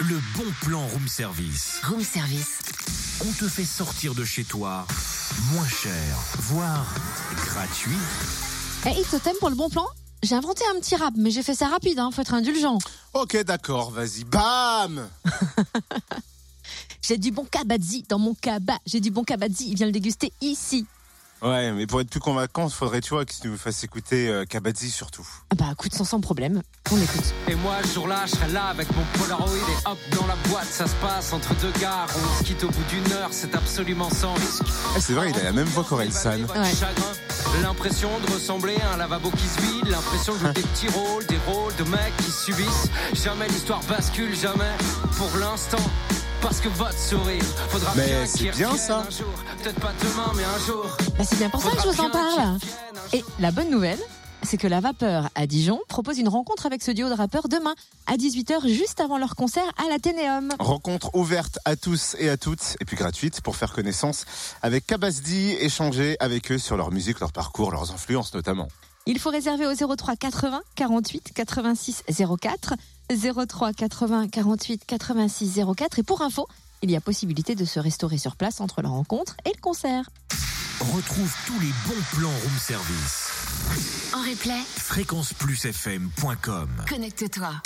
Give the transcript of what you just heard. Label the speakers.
Speaker 1: Le bon plan room service.
Speaker 2: Room service.
Speaker 1: On te fait sortir de chez toi moins cher, voire gratuit.
Speaker 2: Eh, hey, ce thème pour le bon plan J'ai inventé un petit rap, mais j'ai fait ça rapide, hein, faut être indulgent.
Speaker 3: Ok, d'accord, vas-y, bam
Speaker 2: J'ai du bon kabadzi dans mon cabas. J'ai du bon kabadzi, il vient le déguster ici.
Speaker 3: Ouais, mais pour être plus convaincant, faudrait, tu vois, que tu nous fasses écouter euh, Kabadzi surtout.
Speaker 2: Ah bah écoute, sans, sans problème, on écoute.
Speaker 4: Et moi, ce jour-là, je serai là avec mon Polaroid et hop, dans la boîte, ça se passe entre deux gares. On se quitte au bout d'une heure, c'est absolument sans risque.
Speaker 3: Ah, c'est vrai, il a la même voix qu'Orelsan.
Speaker 2: Ouais.
Speaker 4: L'impression de ressembler à un lavabo qui se vide, l'impression de jouer des petits rôles, des rôles de mecs qui subissent. Jamais l'histoire bascule, jamais pour l'instant. Parce que votre sourire faudra
Speaker 3: Mais
Speaker 4: bien
Speaker 3: c'est
Speaker 4: qu'il
Speaker 3: bien,
Speaker 4: revienne
Speaker 3: ça.
Speaker 4: un jour. Peut-être pas demain, mais un jour.
Speaker 2: Bah, c'est bien pour ça que je vous en parle. Et la bonne nouvelle, c'est que La Vapeur à Dijon propose une rencontre avec ce duo de rappeurs demain à 18h, juste avant leur concert à l'Athénéum.
Speaker 3: Rencontre ouverte à tous et à toutes, et puis gratuite pour faire connaissance avec Kabazdi, échanger avec eux sur leur musique, leur parcours, leurs influences notamment.
Speaker 2: Il faut réserver au 03 80 48 86 04. 03 80 48 86 04. Et pour info, il y a possibilité de se restaurer sur place entre la rencontre et le concert.
Speaker 1: Retrouve tous les bons plans room service.
Speaker 5: En replay,
Speaker 1: Fréquenceplusfm.com
Speaker 5: connecte-toi.